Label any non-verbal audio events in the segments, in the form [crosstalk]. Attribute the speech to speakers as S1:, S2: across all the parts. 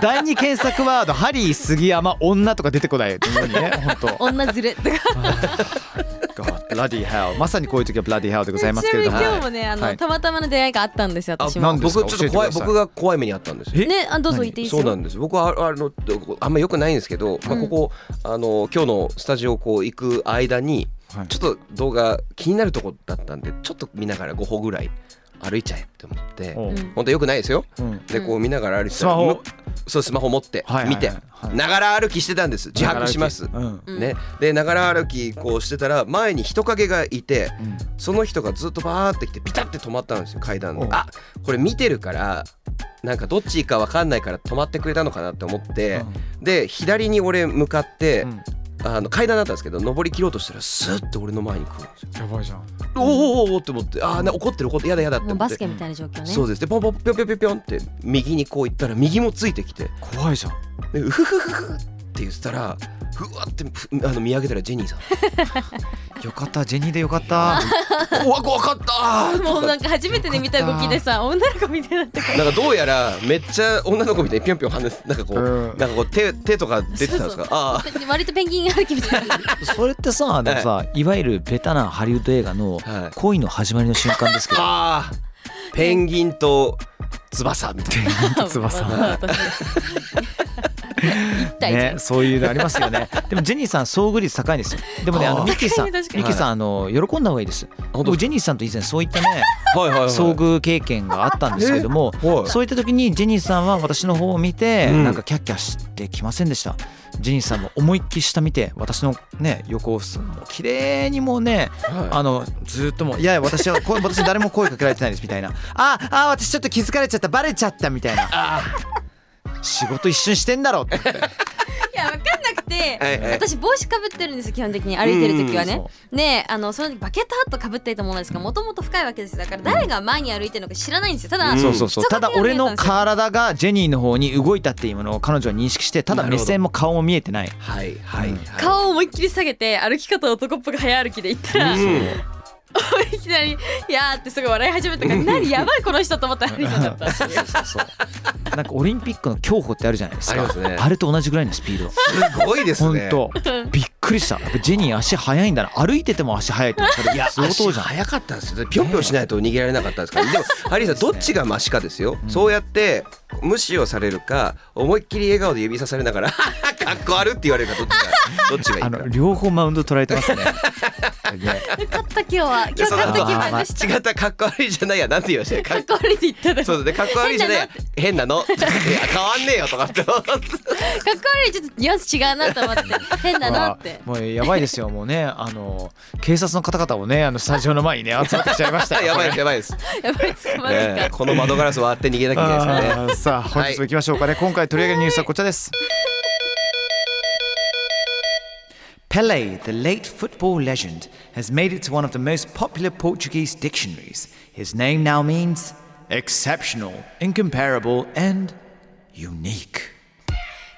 S1: 第二検索ワードハリー杉山女とか出てこないようにね本当
S2: 女ずれとか。
S1: God, bloody hell まさにこういう時はブラディハウでございますけれども
S2: ちなみに今日もねあ
S1: は
S2: の
S1: い
S2: たまたまの出会いがあったんですよ
S3: あ
S2: 私
S1: な
S2: も。
S1: ん
S3: 僕ちょっ
S1: 教
S3: と
S1: えてくだ
S3: 怖い
S1: さい
S3: 僕が怖い目にあったんですよ
S2: ねあどうぞ言っていいです
S3: そう
S2: よ。
S3: なんです僕はああのどこあんま良くないんですけど、まあ、ここ、あの今日のスタジオこう行く間に、
S1: はい
S3: ちょっと動画気になるとこだったんでちょっと見ながら5歩ぐらい歩いちゃえって思って
S1: おう
S3: 本当良くないですよ
S1: うん
S3: でこう見ながら歩いて
S1: ス
S3: たら
S1: マホ
S3: そうスマホ持って
S1: はいはいはい
S3: 見て
S1: はい
S3: ながら歩きしてたんです自白します
S1: うん
S2: うん
S3: ねでながら歩きこうしてたら前に人影がいて
S1: うん
S3: その人がずっとバーって来てピタって止まったんですよ階段
S1: お
S3: で
S1: う
S3: あこれ見てるからなんかどっちか分かんないから止まってくれたのかなって思ってで左に俺向かって
S1: うん
S3: あの階段だったんですけど上り切ろうとしたらスーッて俺の前に来るんですよ
S1: やばいじゃん
S3: おおおーおーって思ってああ怒ってる怒ってるやだやだって
S2: も
S3: 思
S2: う
S3: っ
S2: バ
S3: て
S2: スケみたいな状況ね。
S3: そうですでポンポンピョンピョンピョンピョンって右にこう行ったら右もついてきて
S1: 怖いじゃん
S3: でうふふふふって言ってたらふわってふあの見上げたらジェニーさん
S1: よかったジェニーでよかった
S3: 「怖怖かった!」
S2: も
S3: と
S2: うな
S3: か
S2: んか初めてで見た動きでさ女の子みたいになってくる
S3: なんかどうやらめっちゃ女の子みたいにピョンピョン跳ねてなんかこう、
S1: うん
S3: なんかこう手手とか出てたんですか
S2: そうそう
S3: あ
S2: 割とペンギン歩きみたいな。
S1: それってさでもさいわゆるベタなハリウッド映画の
S3: あ、はい、
S1: 恋の始まりの瞬間ですけど
S3: あーペンギンと翼みたいな
S1: 翼
S2: 一体じゃん
S1: ね、そういうのありますよね。でもジェニーさん遭遇率高いんですよ。でもね、あ
S3: あ
S1: の
S3: ー
S1: ミキさん、ミ
S2: 高いね確かに
S1: キさんあの喜んだ方がいいです。
S3: 本当
S1: 僕ジェニーさんと以前そういったね
S3: はいはいはい
S1: 遭遇経験があったんですけども、
S3: はい
S1: そういった時にジェニーさんは私の方を見て、
S3: うん
S1: なんかキャッキャしてきませんでした。ジェニーさんも思いっきり下見て私のね横をすもう綺麗にもうね、
S3: はい
S1: あのずーっともういやいや私はこう私誰も声かけられてないですみたいなああー私ちょっと気づかれちゃったバレちゃったみたいな仕事一瞬してんだろって
S2: いや分かんなくて
S3: はいはい
S2: 私帽子かぶってるんです基本的に歩いてる時はね
S1: そ
S2: ねえあのその時バケットハットかぶっていたものですからもともと深いわけですよだから誰が前に歩いてるのか知らないんですよただ、
S3: うん
S1: そうそうそう
S2: そこ
S1: ただ
S2: には見
S1: 俺
S2: えたんですよ
S1: の体がジェニーの方に動いたっていうものを彼女は認識してただ目線も顔も見えてない
S3: はいはいはい
S2: 顔を思いっきり下げて歩き方男っぽく早歩きで行ったら、
S3: うん
S2: いきなり「いやー」ってすごい笑い始めたから「何やばいこの人」と思ったら歩いて
S3: [laughs]
S2: たったっていう
S1: なんかオリンピックの競歩ってあるじゃないです
S3: あり
S1: か
S3: ますね
S1: あれと同じぐらいのスピード
S3: すごいです
S1: 本
S3: ね
S1: 当
S3: [laughs]
S1: びっくりしたやっぱジェニー足速いんだな歩いてても足速いってそれ
S3: [laughs] いや
S1: 相当
S3: 足
S1: じゃん
S3: 早かったんですよぴょんぴょんしないと逃げられなかったんです
S1: [laughs]
S3: からでもハリーさんどっちがマシかですよ、
S1: ん
S3: そうやって無視をされるか思いっきり笑顔で指さされながら「 [laughs] かっこ悪」って言われるかどっちが
S1: [laughs]
S3: どっちがいい
S1: あ
S3: か
S1: の両方マウンド取られ
S3: [laughs]
S1: てますねいや
S2: 勝った今日は今日勝った気分でし
S3: 違ったかっこ悪いじゃないやなんて言いましたよ
S2: た
S3: か
S2: か
S3: っ
S2: っこ悪いって言ったら
S3: そうですねかっこ悪いじゃないや変なのいや変わんねえよとかって思
S1: [laughs]
S3: って
S2: かっこ悪いちょっとニュアンス違うなと思って変だなって
S1: もうやばいですよもうねあの警察の方々もねあのスタジオの前にね集まってきちゃいました
S3: [laughs]
S1: よ
S3: やばいですやばいです、
S2: やっぱり捕まるん
S3: ね
S2: か
S3: え、この窓ガラス割って逃げなきゃいけないですからね
S1: あーさあ本日も行きましょうかね、今回取り上げるニュースはこちらですペレ the late football legend has made it to one of the most popular Portuguese dictionaries his name now means exceptional incomparable and unique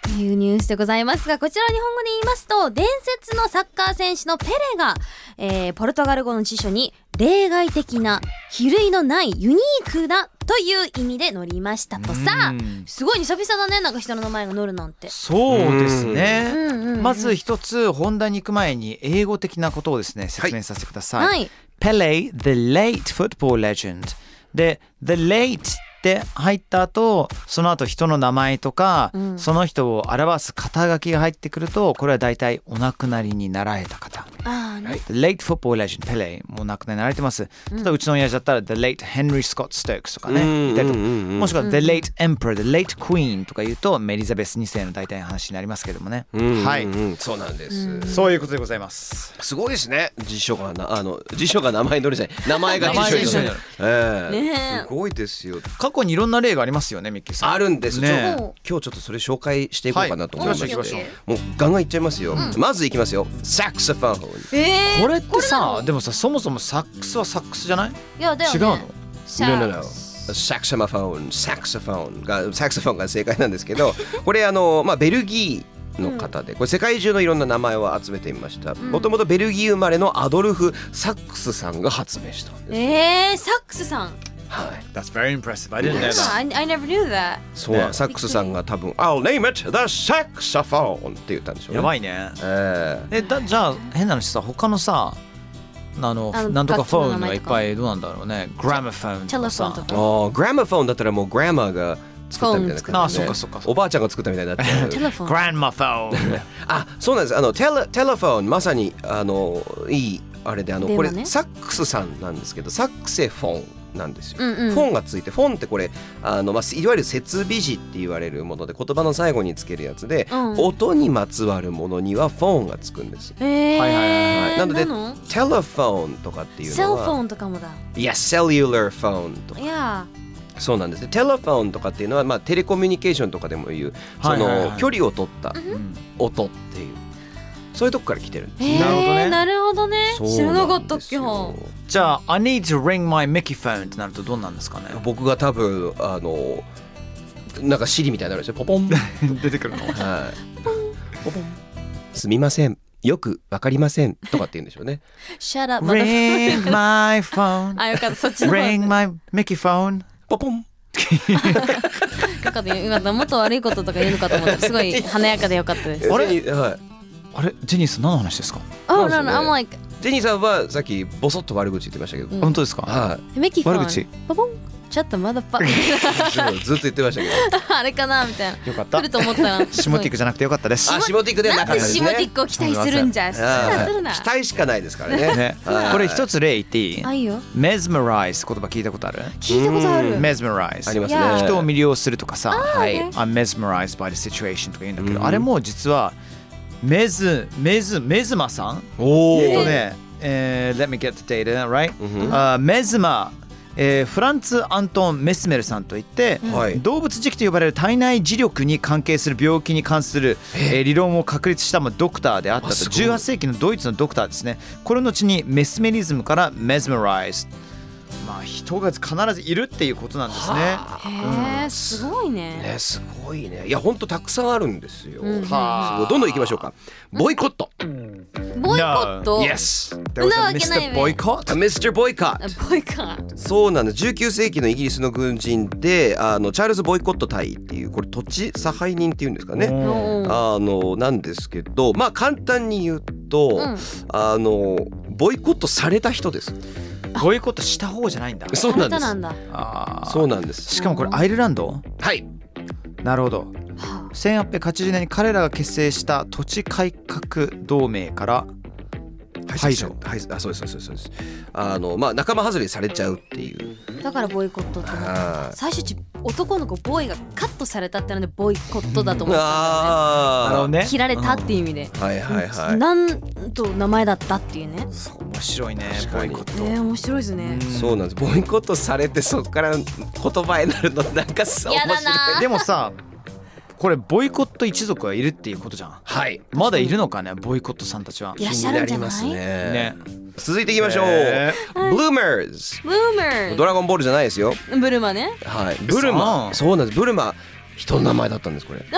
S2: というニュースでございますがこちら日本語で言いますと伝説のサッカー選手のペレが、えーポルトガル語の辞書に例外的な比類のないユニークなという意味で載りましたとさすごい久々だねなんか人の名前が載るなんて
S1: そうですね、
S2: うんうんうん
S1: まず一つ本題に行く前に英語的なことをですね説明させてください、
S2: はい
S1: ペレ the late football legend で the late って入った後その後人の名前とか、
S2: ん
S1: その人を表す肩書きが入ってくるとこれは大体お亡くなりになられた方
S2: ああね
S1: The late football legend ペレもう亡くなりになられてますただうちの親父だったら The late Henry Scott Stokes とかねいたりとかもしくは The late emperor The late queen とか言うとメリザベス2世の大体の話になりますけどもねはい
S3: うんそうなんです、
S1: そういうことでございます
S3: すごいですね辞書がなあの辞書が名前に載るじゃない名前が辞書に載る、ええ
S2: ねえ
S3: すごいですよ
S1: 過去にいろんな例がありますよねミッキーさん
S3: あるんです、
S1: ねえ
S3: ちょっと今日ちょっとそれ紹介していこうかなと思いまして、
S1: はい行きましょう
S3: もうガンガンいっちゃいますよ、まずいきますよサクソフォン
S2: えー
S1: これっ
S2: こ
S1: てさ
S2: れなの
S1: でもさそもそもサックスはサックスじゃない、
S2: いやだよ
S1: 違
S2: ね
S1: うの
S2: シャ
S3: No,
S2: ー
S3: no, no. サクソフォン、サクソフォンが、サクソフォンが正解なんですけ
S1: [laughs]
S3: ど、これあの、まあ、ベルギーの方で、これ世界中のいろんな名前を集めてみました。もともとベルギー生まれのアドルフ・サックスさんが発明したんです。
S2: えー、サックスさん。
S3: はい。
S1: That's very impressive I
S3: didn't know
S2: Yeah, I, I never knew that.
S3: そうなん、サックスさんが多分、I'll name it the saxophone って言ったんでしょうね。
S1: やば
S3: い。
S1: いね
S3: え
S1: えだじゃあ変な話さ他のさあの
S2: あの
S1: なんとか
S2: 楽器
S1: フ
S2: の
S1: ォン
S2: 名
S1: が
S2: 前
S1: いっ
S2: とか
S1: ぱいどうなんだろうねグラムフォン
S2: チェ
S1: と
S2: ロ
S1: か
S2: ソンと
S1: さ
S3: え
S2: か。
S3: グラマフォンだったらもうグラマーが作ったみたいな感じで、
S1: あそっかそっかそっか
S3: おばあちゃんが作ったみたいになっち
S4: [laughs]
S3: ゃう
S2: テレフォン。
S1: グランマフォ [laughs] ン
S3: あそうなんですあのテレテレフォンまさにあのいいあれであの、
S2: 電
S3: こ
S2: 話
S3: れ
S2: ね
S3: サックスさんなんですけどサックセフォンなんですよ、
S2: うんうん
S3: フォンがついてフォンってこれあの、まあ、いわゆる設備字って言われるもので言葉の最後につけるやつで、
S2: うん
S3: 音にまつわるものにはフォンがつくんです。
S2: えー、
S1: はいはい
S3: はいなので
S2: の
S3: テレフォンとかっていう
S2: セル
S3: の
S2: フ
S3: は
S2: ォンとかもだ。
S3: いやセルュラーフォンとか
S2: いや
S3: そうなんですテレフォンとかっていうのは、まあ、テレコミュニケーションとかでも言うその、
S1: はいはいはい
S3: 距離を取った
S1: うん
S3: 音っていうそういうとこから来てるんです
S2: ー。
S3: ね
S2: えー、
S1: なるほどね
S2: なるほどね。知らなかったっけ
S3: そうなんですよ
S1: じゃあ I need to ring my Mickey phone ってなるとどうなんですかね
S3: 僕が多分あのなんかシリみたいになるんですよポポ
S2: [laughs]
S3: ン
S1: [laughs] 出てくるの
S3: はいポポンすみませんよくわかりませんとかって言うんでしょうね
S2: Shut up. motherfucker
S1: [laughs] Ring my phone
S2: [laughs] あ、よかった。そっちの方。
S1: Ring
S2: よ
S1: my Mickey phone
S3: ポポン
S2: かった。よかった。もっと悪いこととか言うのかと思ったら
S3: [laughs]
S2: すごい華やかでよかったです。
S1: あれ
S3: ジェニーはい
S1: あれジェニーさん何の話ですか、
S3: そ
S2: Oh no
S3: うで
S2: no.
S3: すね
S2: I'm like
S3: ジェニーさんはさっきボソッと悪口言ってましたけど、
S2: ん
S1: 本当ですか、
S3: は
S2: メキフォン。
S1: 悪口。
S2: ポポン。ちょっとま
S3: [laughs]
S2: だパ。
S3: いずっとずっと言ってましたけど
S2: あれかなみたいな。
S1: よかっ
S2: 来ると
S3: [laughs]
S2: 思ったら。
S1: シモティックじゃなくてよかったです
S3: あシモティックではな
S2: な
S3: か
S2: ん
S3: っ
S2: で
S3: たです
S2: シ
S3: ね
S2: モティックを期待するんじゃ。するなする
S3: は
S2: な。
S3: い期待しかないですから [laughs] ね
S1: ね、
S3: はい
S1: これ一つ例言っていい
S2: あいいよ。
S1: mesmerize 言葉聞いたことある
S2: 聞いたことある。
S3: あり
S1: mesmerize
S3: ますね
S2: いや
S1: 人を魅了するとかさ
S3: はい
S1: I'm mesmerized by the situation とか言うんだけど、
S3: うん
S1: あれも実はメズメズメズマさん
S3: お
S1: えっ
S3: お
S1: とね、えー Let me get the data right、
S3: うん
S1: あーメズマえーフランツ・アントン・メスメルさんといって、
S3: はい
S1: 動物磁気と呼ばれる体内磁力に関係する病気に関する、えー理論を確立したまあドクターであったと
S3: あすごい
S1: 18世紀のドイツのドクターですねこれの後にメスメリズムからメスメライズまあ人が必ずいるっていうことなんですね。
S2: へえすごいね
S3: ねすごいねいやほんとたくさんあるんですよ、
S2: うん
S3: すごいどんどん行きましょうかボイコット
S2: ボイコット
S3: Yes
S2: そんなわけないべ
S3: Mr. ボイコット
S2: ボイカー
S3: そうなんです19世紀のイギリスの軍人であのチャールズ・ボイコット隊っていうこれ土地差配人っていうんですかね
S2: うん
S3: あのなんですけどまあ簡単に言うと、
S2: うん
S3: あのボイコットされた人です
S1: [laughs] ボイコットした方じゃないんだ。
S3: そうなんで
S2: あなたなん
S3: す
S2: だ
S1: あー
S3: そうなんです
S1: しかもこれアイルランド
S3: はい
S1: なるほど。1880年に彼らが結成した土地改革同盟から排除
S3: 排除あそうですそうですそうですあのまあ仲間外れされちゃうっていう
S2: だからボイコットってなった
S3: あ
S2: 最初ち男の子ボーイがカットされたってのでボイコットだと思ってたんだよ
S3: あ
S1: あの
S2: ね
S1: ね
S2: 切られたっていう意味で、
S3: はいはいはい、
S2: なんと名前だったっていうね
S1: 面白いね
S3: 確
S1: ボ
S3: か
S1: イ
S3: に
S1: コット
S2: えー、面白いですね、
S3: そうなんですボイコットされてそこから言葉になるのなんかそう
S2: や
S3: 面
S2: だ
S3: 白い
S2: な
S1: でもさこれボイコット一族がいるっていうことじゃん
S3: はい
S1: まだいるのかねボイコットさんたちはい
S2: らっしゃるんじゃない
S3: 気にりますね
S1: ね
S3: 続いていきましょう、
S1: え
S3: ブルーマーズ
S2: ブー
S3: ド
S2: マ
S3: ラゴンボールじゃないですよ
S2: ーブルマね
S3: はいブルマ
S1: 嘘
S3: そうなんですブルマ人の名前だったんですこれ
S2: えー、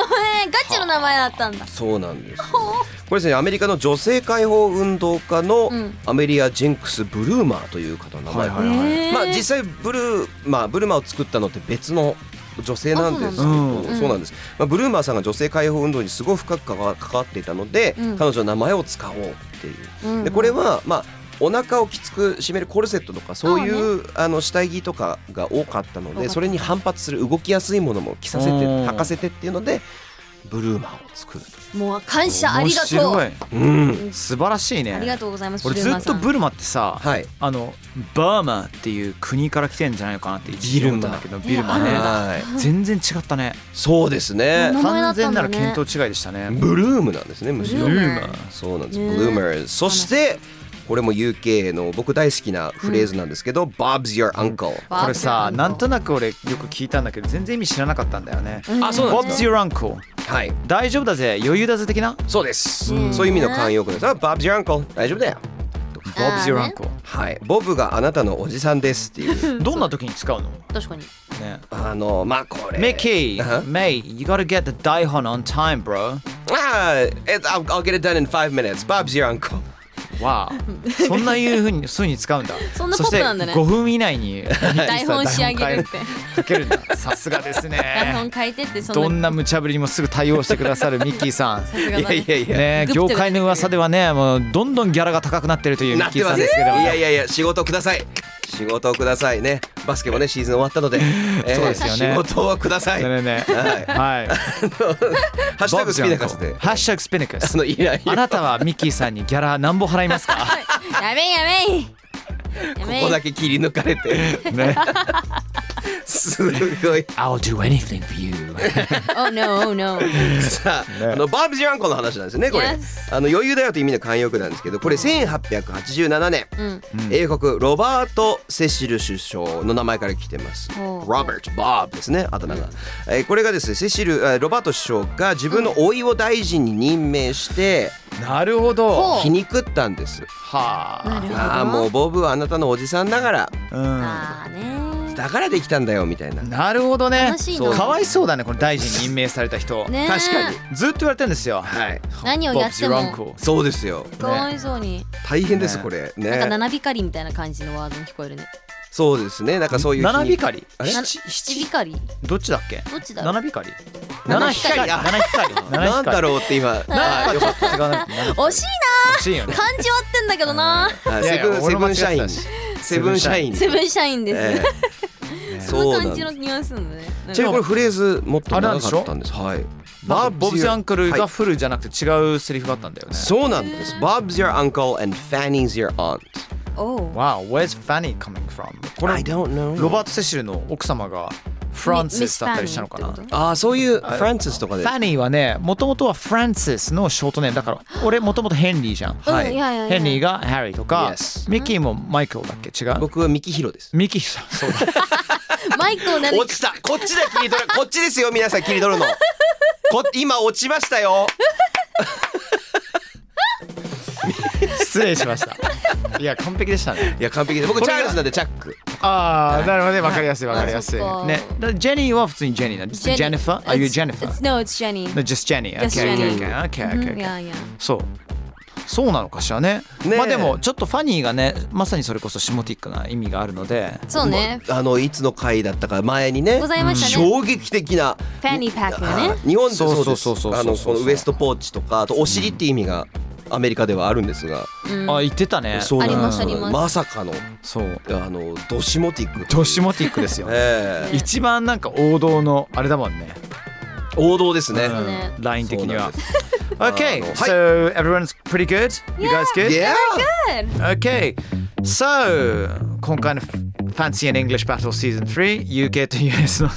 S2: ガチの名前だったんだ
S3: そうなんですこれですねアメリカの女性解放運動家の
S2: うん
S3: アメリア・ジェンクス・ブルーマーという方の名前、
S1: はいはい
S2: えー
S3: まあ実際ブルーマーブルマーを作ったのって別の女性なんですけど
S2: あ
S1: そうなん
S3: そ
S1: だ
S3: うなんです、まあ、ブルーマーさんが女性解放運動にすごく深く関わ関わっていたので、
S2: うん
S3: 彼女の名前を使おうっていう
S2: うん
S3: でこれはまあお腹をきつく締めるコルセットとかそういうあの下着とかが多かったの
S2: 多かっ
S3: で
S2: た
S3: それに反発する動きやすいものも着させて
S1: うん
S3: 履かせてっていうのでブルーマーを作る
S2: もう感謝あ
S1: 面
S2: りがとう
S1: 白い
S3: うん
S1: 素晴らしい
S2: ありが
S1: ね
S2: とうございます
S1: 俺
S2: ブ
S1: ず
S2: ルマ
S1: っと
S2: さん
S1: ブルマってさ
S3: はい
S1: あのバーマっていう国から来てんじゃないのかなって一時思ったんだけどビ
S2: ビ
S1: ル
S2: ルマ
S1: マね
S3: はい
S1: 全然違ったね
S3: そうですね
S2: 名前だ
S1: 完
S2: った
S1: 全
S2: ん
S1: な
S2: だね
S1: る見当違いでしたね
S3: ブルームなんですねむしろ
S2: ブルー
S1: マ
S2: マー
S3: そうなんです
S2: ね
S3: ブルーマーそしてこれも UK の僕大好きなフレーズなんですけど Bob's your uncle
S2: バー
S1: こ
S2: ブ
S1: れ
S2: ルマ
S1: さ
S2: ー
S1: なんとなく俺よく聞いたんだけど全然意味知らなかったんだよね
S2: うん
S3: あそうなんです
S1: What's
S3: か
S1: your uncle?
S3: はい
S1: 大丈夫だぜ余裕だぜ的な
S3: そうです
S2: ね
S3: そういう意味の慣用句ですあ Bob's your uncle 大丈夫だよ
S1: Bob's your uncle
S3: はい、ボブがあなたのおじさんですって
S1: [laughs]
S3: いう。
S1: どんな時に使うの
S2: 確かに
S1: ね
S3: あの、まあ、これ。
S1: Mickey,
S3: あ
S1: May, you gotta get the daihon on time, bro.
S3: あー、it's- I'll, I'll get it done in five minutes. Bob's your uncle.
S1: わ [laughs] あ、そんないうふうに、そういうふうに使うんだ。
S2: そんなポップなんだね
S1: そして5分以内 [laughs] に
S2: 台本仕上げるって
S1: 書けるんだ。さすがです
S2: 台
S1: ね。
S2: 本書いてってそ
S1: ど
S2: ん
S1: ん
S2: な
S1: な無茶ぶりにもすぐ対応してくださるミッキーさん。
S2: すがだね
S1: いやいやいや。ね
S2: グッと
S1: 業界の噂ではね、もうどんどんギャラが高くなってるというミ
S3: な
S1: ッ
S3: っ
S1: キー
S3: てま
S1: さん
S3: す。い
S1: ですけども。
S3: やいやいや、仕事をください。仕事をくださいね。バスケもね、シーズン終わったので。えー
S1: [laughs] そうですよね
S3: 仕事をください。
S1: ね
S3: ハ
S1: ねね。はい。
S3: ッシュタグスピナカスで。
S1: ハッシュタグスピナカ
S3: そ
S1: ス。
S3: の依頼
S1: あなたはミッキーさんにギャラ何本払いますか
S2: やべえやべえや
S3: こ
S2: べえ
S3: こだけ切り抜かれ
S1: [laughs]
S3: て。 [laughs]
S1: ね。
S3: すごい。
S1: I'll do anything for you.
S2: Oh no oh no
S3: さあ、あのバーブジュアンコの話なんですよねこれ、
S2: Yes
S3: あの余裕だよという意味の慣用句なんですけどこれ1887年、
S2: ん
S3: 英国ロバート・セシル首相の名前から来てます
S2: ほう
S3: ロバート・ボブですねあだ名が、えーこれがですねセシルあロバート首相が自分の老いを大臣に任命して
S1: なるほど。
S2: ほう
S3: 皮肉ったんです、
S1: はあ。
S2: なるほど
S3: ああもうボブはあなたのおじさんだから
S1: うん。
S2: あーね
S3: だからできたんだよみたいな、
S1: なるほどね
S2: 悲しい
S3: な
S1: かわいそうだねこの大臣に任命された人
S2: ねえ
S3: 確かに
S1: ずっと言われてるんですよ
S3: はい
S2: 何をやっても
S1: Bob's your uncle
S3: そうですよ
S2: かわいそうに
S3: 大変です、
S1: ね
S3: これ
S2: なんか
S3: ね
S2: 七光りみたいな感じのワードに聞こえるね
S3: そうですねなんかそういう皮肉
S1: 七光り
S3: あれ
S2: な
S1: 七
S2: 七光り
S1: どっちだっけ
S2: どっちだろう
S1: 七光り
S3: 七
S1: 七
S3: 光り
S1: 光り七光り
S3: なんだろうって
S2: [laughs]
S3: 今、あーよかった。
S1: う違う
S2: 惜
S1: な
S2: しい
S1: 欲しいよ
S2: な
S1: ね
S2: 漢字は合ってんだけどな
S3: あ
S1: いやい
S3: セ
S1: や
S3: ブンセ
S1: 俺
S3: ブ
S1: も間
S3: ン
S1: 違
S3: シャイン
S1: えたし、
S3: セブンシャイン。
S2: セブン社員です、
S3: ええ
S2: その
S3: そうなん
S2: 感
S3: で
S2: じ
S3: す
S2: の。ニュアンスなのねうん
S3: ちなみにこれフレーズもっと
S1: あれなん
S3: 長
S1: でしょ
S3: かったんです。はい。
S1: まあボブズアンクル
S3: は
S1: が
S3: い
S1: フルじゃなくて違うセリフがあったんだよね
S3: そうなんです。Bob's your uncle and Fanny's your aunt。
S2: おう
S1: Wow where's Fanny coming from これ
S3: don't know
S1: ロバート・セシルの奥様がフランシスだったりしたのかな
S2: ミスファニーってこ
S3: ああそういうフランシスとか
S1: フ
S3: で
S1: ァニーはねもともとはフランシスのショートネームだから俺もともとヘンリーじゃん
S2: と
S3: は
S2: うん
S3: い
S2: いやいやいや
S1: ヘンリーがハリーとか
S3: Yes
S1: ミッキーもマイクルだっけ違う
S3: 僕はミキヒロです
S1: ミキーさんそうだ
S2: マイクをなる
S3: 落ちたこっちで切り取るこっちですよ皆さん切り取るのこ今落ちましたよ
S1: 失礼しましたいや完璧でしたね
S3: いや完璧で僕
S1: これ
S3: チ
S1: が
S3: ャールズなんでチャック
S1: ああなるほどねわかりやすいわかりやすい
S2: あそっか
S1: ねだからジェニーは普通にジェニーなんですジェニファー Are you
S2: It's-
S1: Jennifer?
S2: it's- No, it's Jenny.
S1: No, just Jenny
S2: Just
S1: Okay, okay,
S2: Jenny うん
S1: okay, okay, okay,
S2: い
S1: okay.
S2: やいや。
S1: そうそうなのかしらね
S3: ねえ
S1: まあでもちょっとファニーがねまさにそれこそシモティックな意味があるので
S2: そうね。
S3: あのいつの回だったか前にね
S2: ございましたね
S3: 衝撃的な
S2: ファニーパックね
S3: あ。日本で
S1: そう
S3: そうです
S1: そうそうそう
S3: あの
S1: そ
S3: こ
S1: うそう
S3: のウエストポーチとかあとお尻って意味がアメリカではあるんですが、
S2: うん
S1: あ言ってたね
S3: そうなんです
S2: ありますあります
S3: まさかの
S1: そう
S3: あのドシモティック
S1: ドシモティックですよ
S3: ええ
S1: 一番なんか王道のあれだもんね
S3: 王道ですね、
S2: うね
S1: ライン的には
S3: そう
S1: Okay,
S3: あのはい
S1: so everyone's pretty good? You guys good?
S3: Yeah
S1: Okay, so 今回の Fancy and English Battle Season 3 UK と US の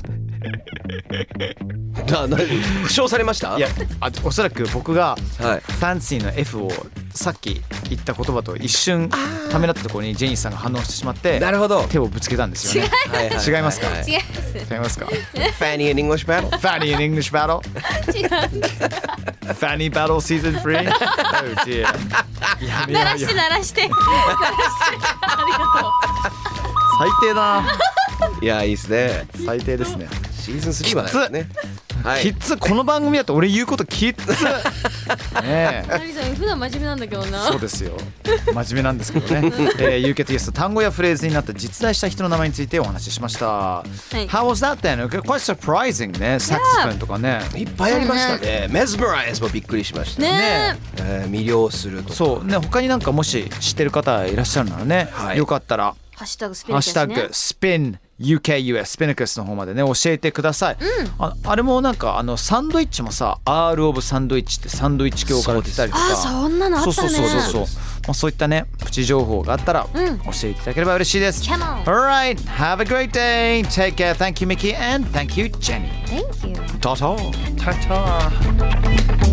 S3: なな負傷されました
S1: いやあおそらく僕が
S3: はい
S1: Fancy の F をさっき言った言葉と一瞬ためらったところにジェニーさんが反応してしまって
S3: なるほど
S1: 手をぶつけたんですよね
S3: はいはい
S1: 違いますか
S3: は
S2: 違い
S1: 違いますか
S3: Fanny and English Battle
S1: Fanny and English Battle
S2: ます。違う。
S1: Fanny Battle Season 3 Oh dear いやい
S2: 鳴
S1: や
S2: ら
S1: い
S2: し
S1: や
S2: て鳴らして。鳴らして。あ
S1: 最低だない
S3: やいいですね
S1: 最低ですね
S3: シーズン3はないですねはい
S1: キッズこの番組だと俺言うことキッズねえ
S2: りがとう。ナリさん普段真面目なんだけどな。
S1: そうですよ真面目なんですけど
S2: [laughs]
S1: ね、えー、You get yes 単語やフレーズになって実在した人の名前についてお話ししまし
S2: い
S1: た、How was that then? Quite surprising ねサックスフォンとかね
S3: いっぱいありましたねメズムライズもびっくりしました、
S2: ね
S3: えー魅了すると
S1: そうね他になんかもし知ってる方いらっしゃるならね、
S3: はい
S1: よかったら
S2: え。ハッシュタグスピ
S1: ハッ
S2: リ
S1: シュ
S2: チ
S1: タ
S2: ュね
S1: グ。スピン UKUS スピネクスの方までね教えてください、ああれもなんかあのサンドイッチもさ R of サンドイッチってサンドイッチ教から来たりとか
S2: あーそんなのあった
S1: そ
S2: ね。
S1: うそうそうそうそう、まあ、そういったねプチ情報があったら教
S2: うん
S1: えていただければ嬉しいです、
S2: Come on
S1: Alright have a great day take care thank you Mickey and thank you Jenny
S2: Thank you.
S1: タタタタ